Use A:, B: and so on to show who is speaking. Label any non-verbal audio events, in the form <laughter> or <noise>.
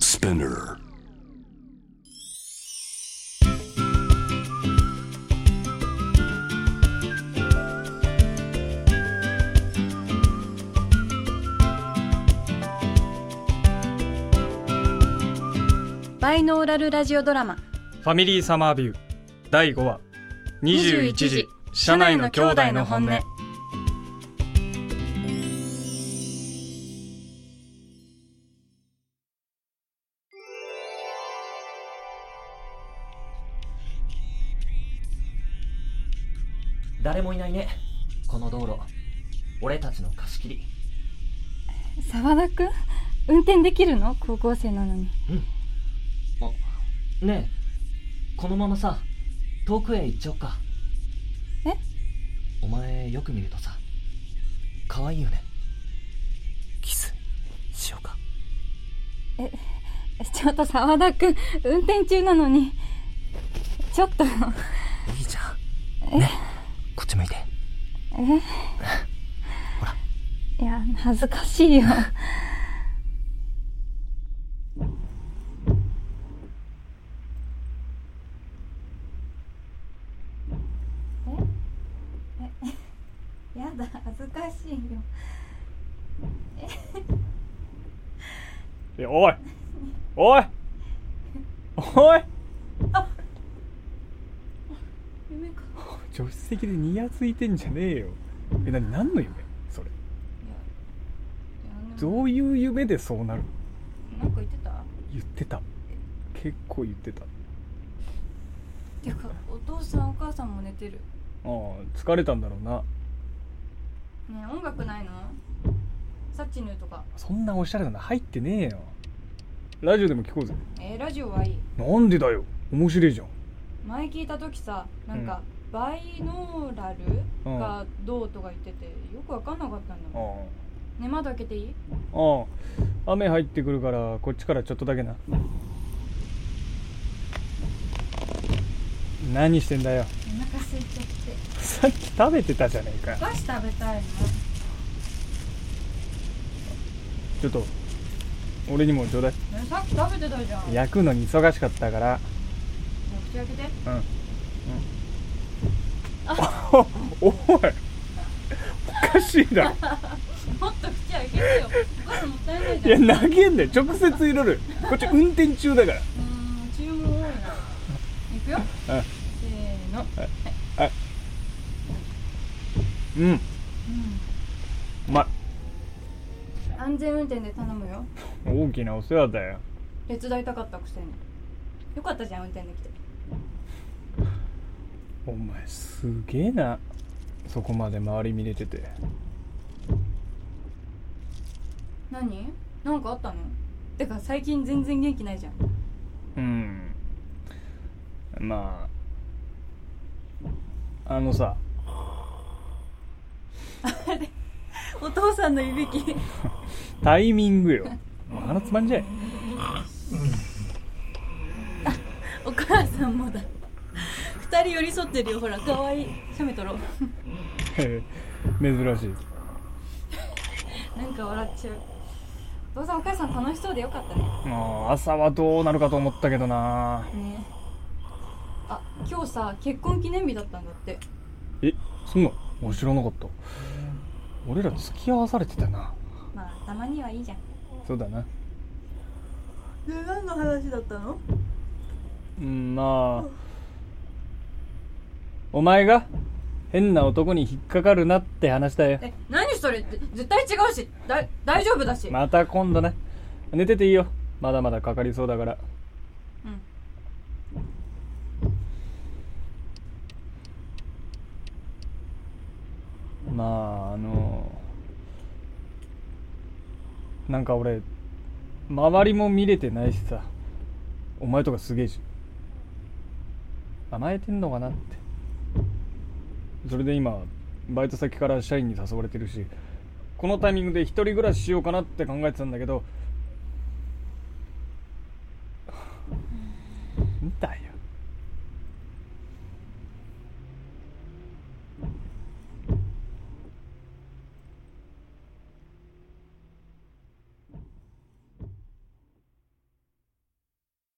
A: Spinner.
B: バイノーラルラジオドラマ
C: ファミリーサマービュー第5話21時社内の兄弟の本音
D: 誰もいないねこの道路俺たちの貸し切り
B: 沢田くん運転できるの高校生なのに
D: ねえこのままさ遠くへ行っちゃおっか
B: え
D: お前よく見るとさ可愛いよねキスしようか
B: ちょっと沢田くん運転中なのにちょっと
D: いいじゃんねこっち向いて
B: いや恥ずかしいよええやだ恥ずかしいよ
C: いやおいおいおい
B: 夢か
C: 助手席でニヤついてんじゃねえよえな何の夢それどういう夢でそうなる
B: な
C: の
B: んか言ってた
C: 言ってた結構言ってたあ
B: てかお父さんお母さんも寝てる
C: あ疲れたんだろうな
B: ねえ音楽ないのサッチヌーとか
C: そんなおしゃれなの入ってねえよラジオでも聞こうぜ
B: えーラジオはいい
C: なんでだよ面白いじゃん
B: 前聞いた時さなんか、バイノーラルがどうとか言っててよく分かんなかったんだ
C: あ
B: もんね窓開けていい
C: あああ雨入ってくるからこっちからちょっとだけな何してんだよ <laughs>
B: お腹空いちゃって
C: さっき食べてたじゃねえか
B: お菓子食べたいの
C: ちょっと俺にもちょうだい
B: えさっき食べてたじゃん
C: 焼くのに忙しかったから
B: じゃあ口開けて
C: うんうんあ <laughs> おいおかしいだろ
B: もっと口開けてよお菓子もったいない
C: い
B: じゃんう
C: や投げんだよ直接入れるこっち運転中だか
B: ー
C: ら
B: ん注文多いな行くよ
C: うん
B: せーの
C: うんうまい
B: 安全運転で頼むよ
C: 大きなお世話だよ
B: 手伝いたかったくせによかったじゃん運転できて
C: お前すげえなそこまで周り見れてて
B: 何なんかあったのてか最近全然元気ないじゃん
C: うんまああのさ
B: お父さんのいび <laughs> き
C: タイミングよもう鼻つまんじゃえ
B: お母さんもだ二人寄り添ってるよほらかわいい写メ撮ろう
C: <laughs> 珍しい
B: なんか笑っちゃうお父さんお母さん楽しそうでよかったね
C: もう朝はどうなるかと思ったけどな
B: ねあ今日さ結婚記念日だったんだって
C: えそんなの知らなかった俺ら付き合わされてたな
B: まあたまにはいいじゃん
C: そうだな
B: で何の話だったの
C: うんまあお前が変な男に引っかかるなって話だよ
B: え何それって絶対違うしだ大丈夫だし、
C: また今度ね寝てていいよまだまだかかりそうだから
B: うん
C: まああのなんか俺周りも見れてないしさお前とかすげえし甘えてんのかなってそれで今バイト先から社員に誘われてるしこのタイミングで一人暮らししようかなって考えてたんだけど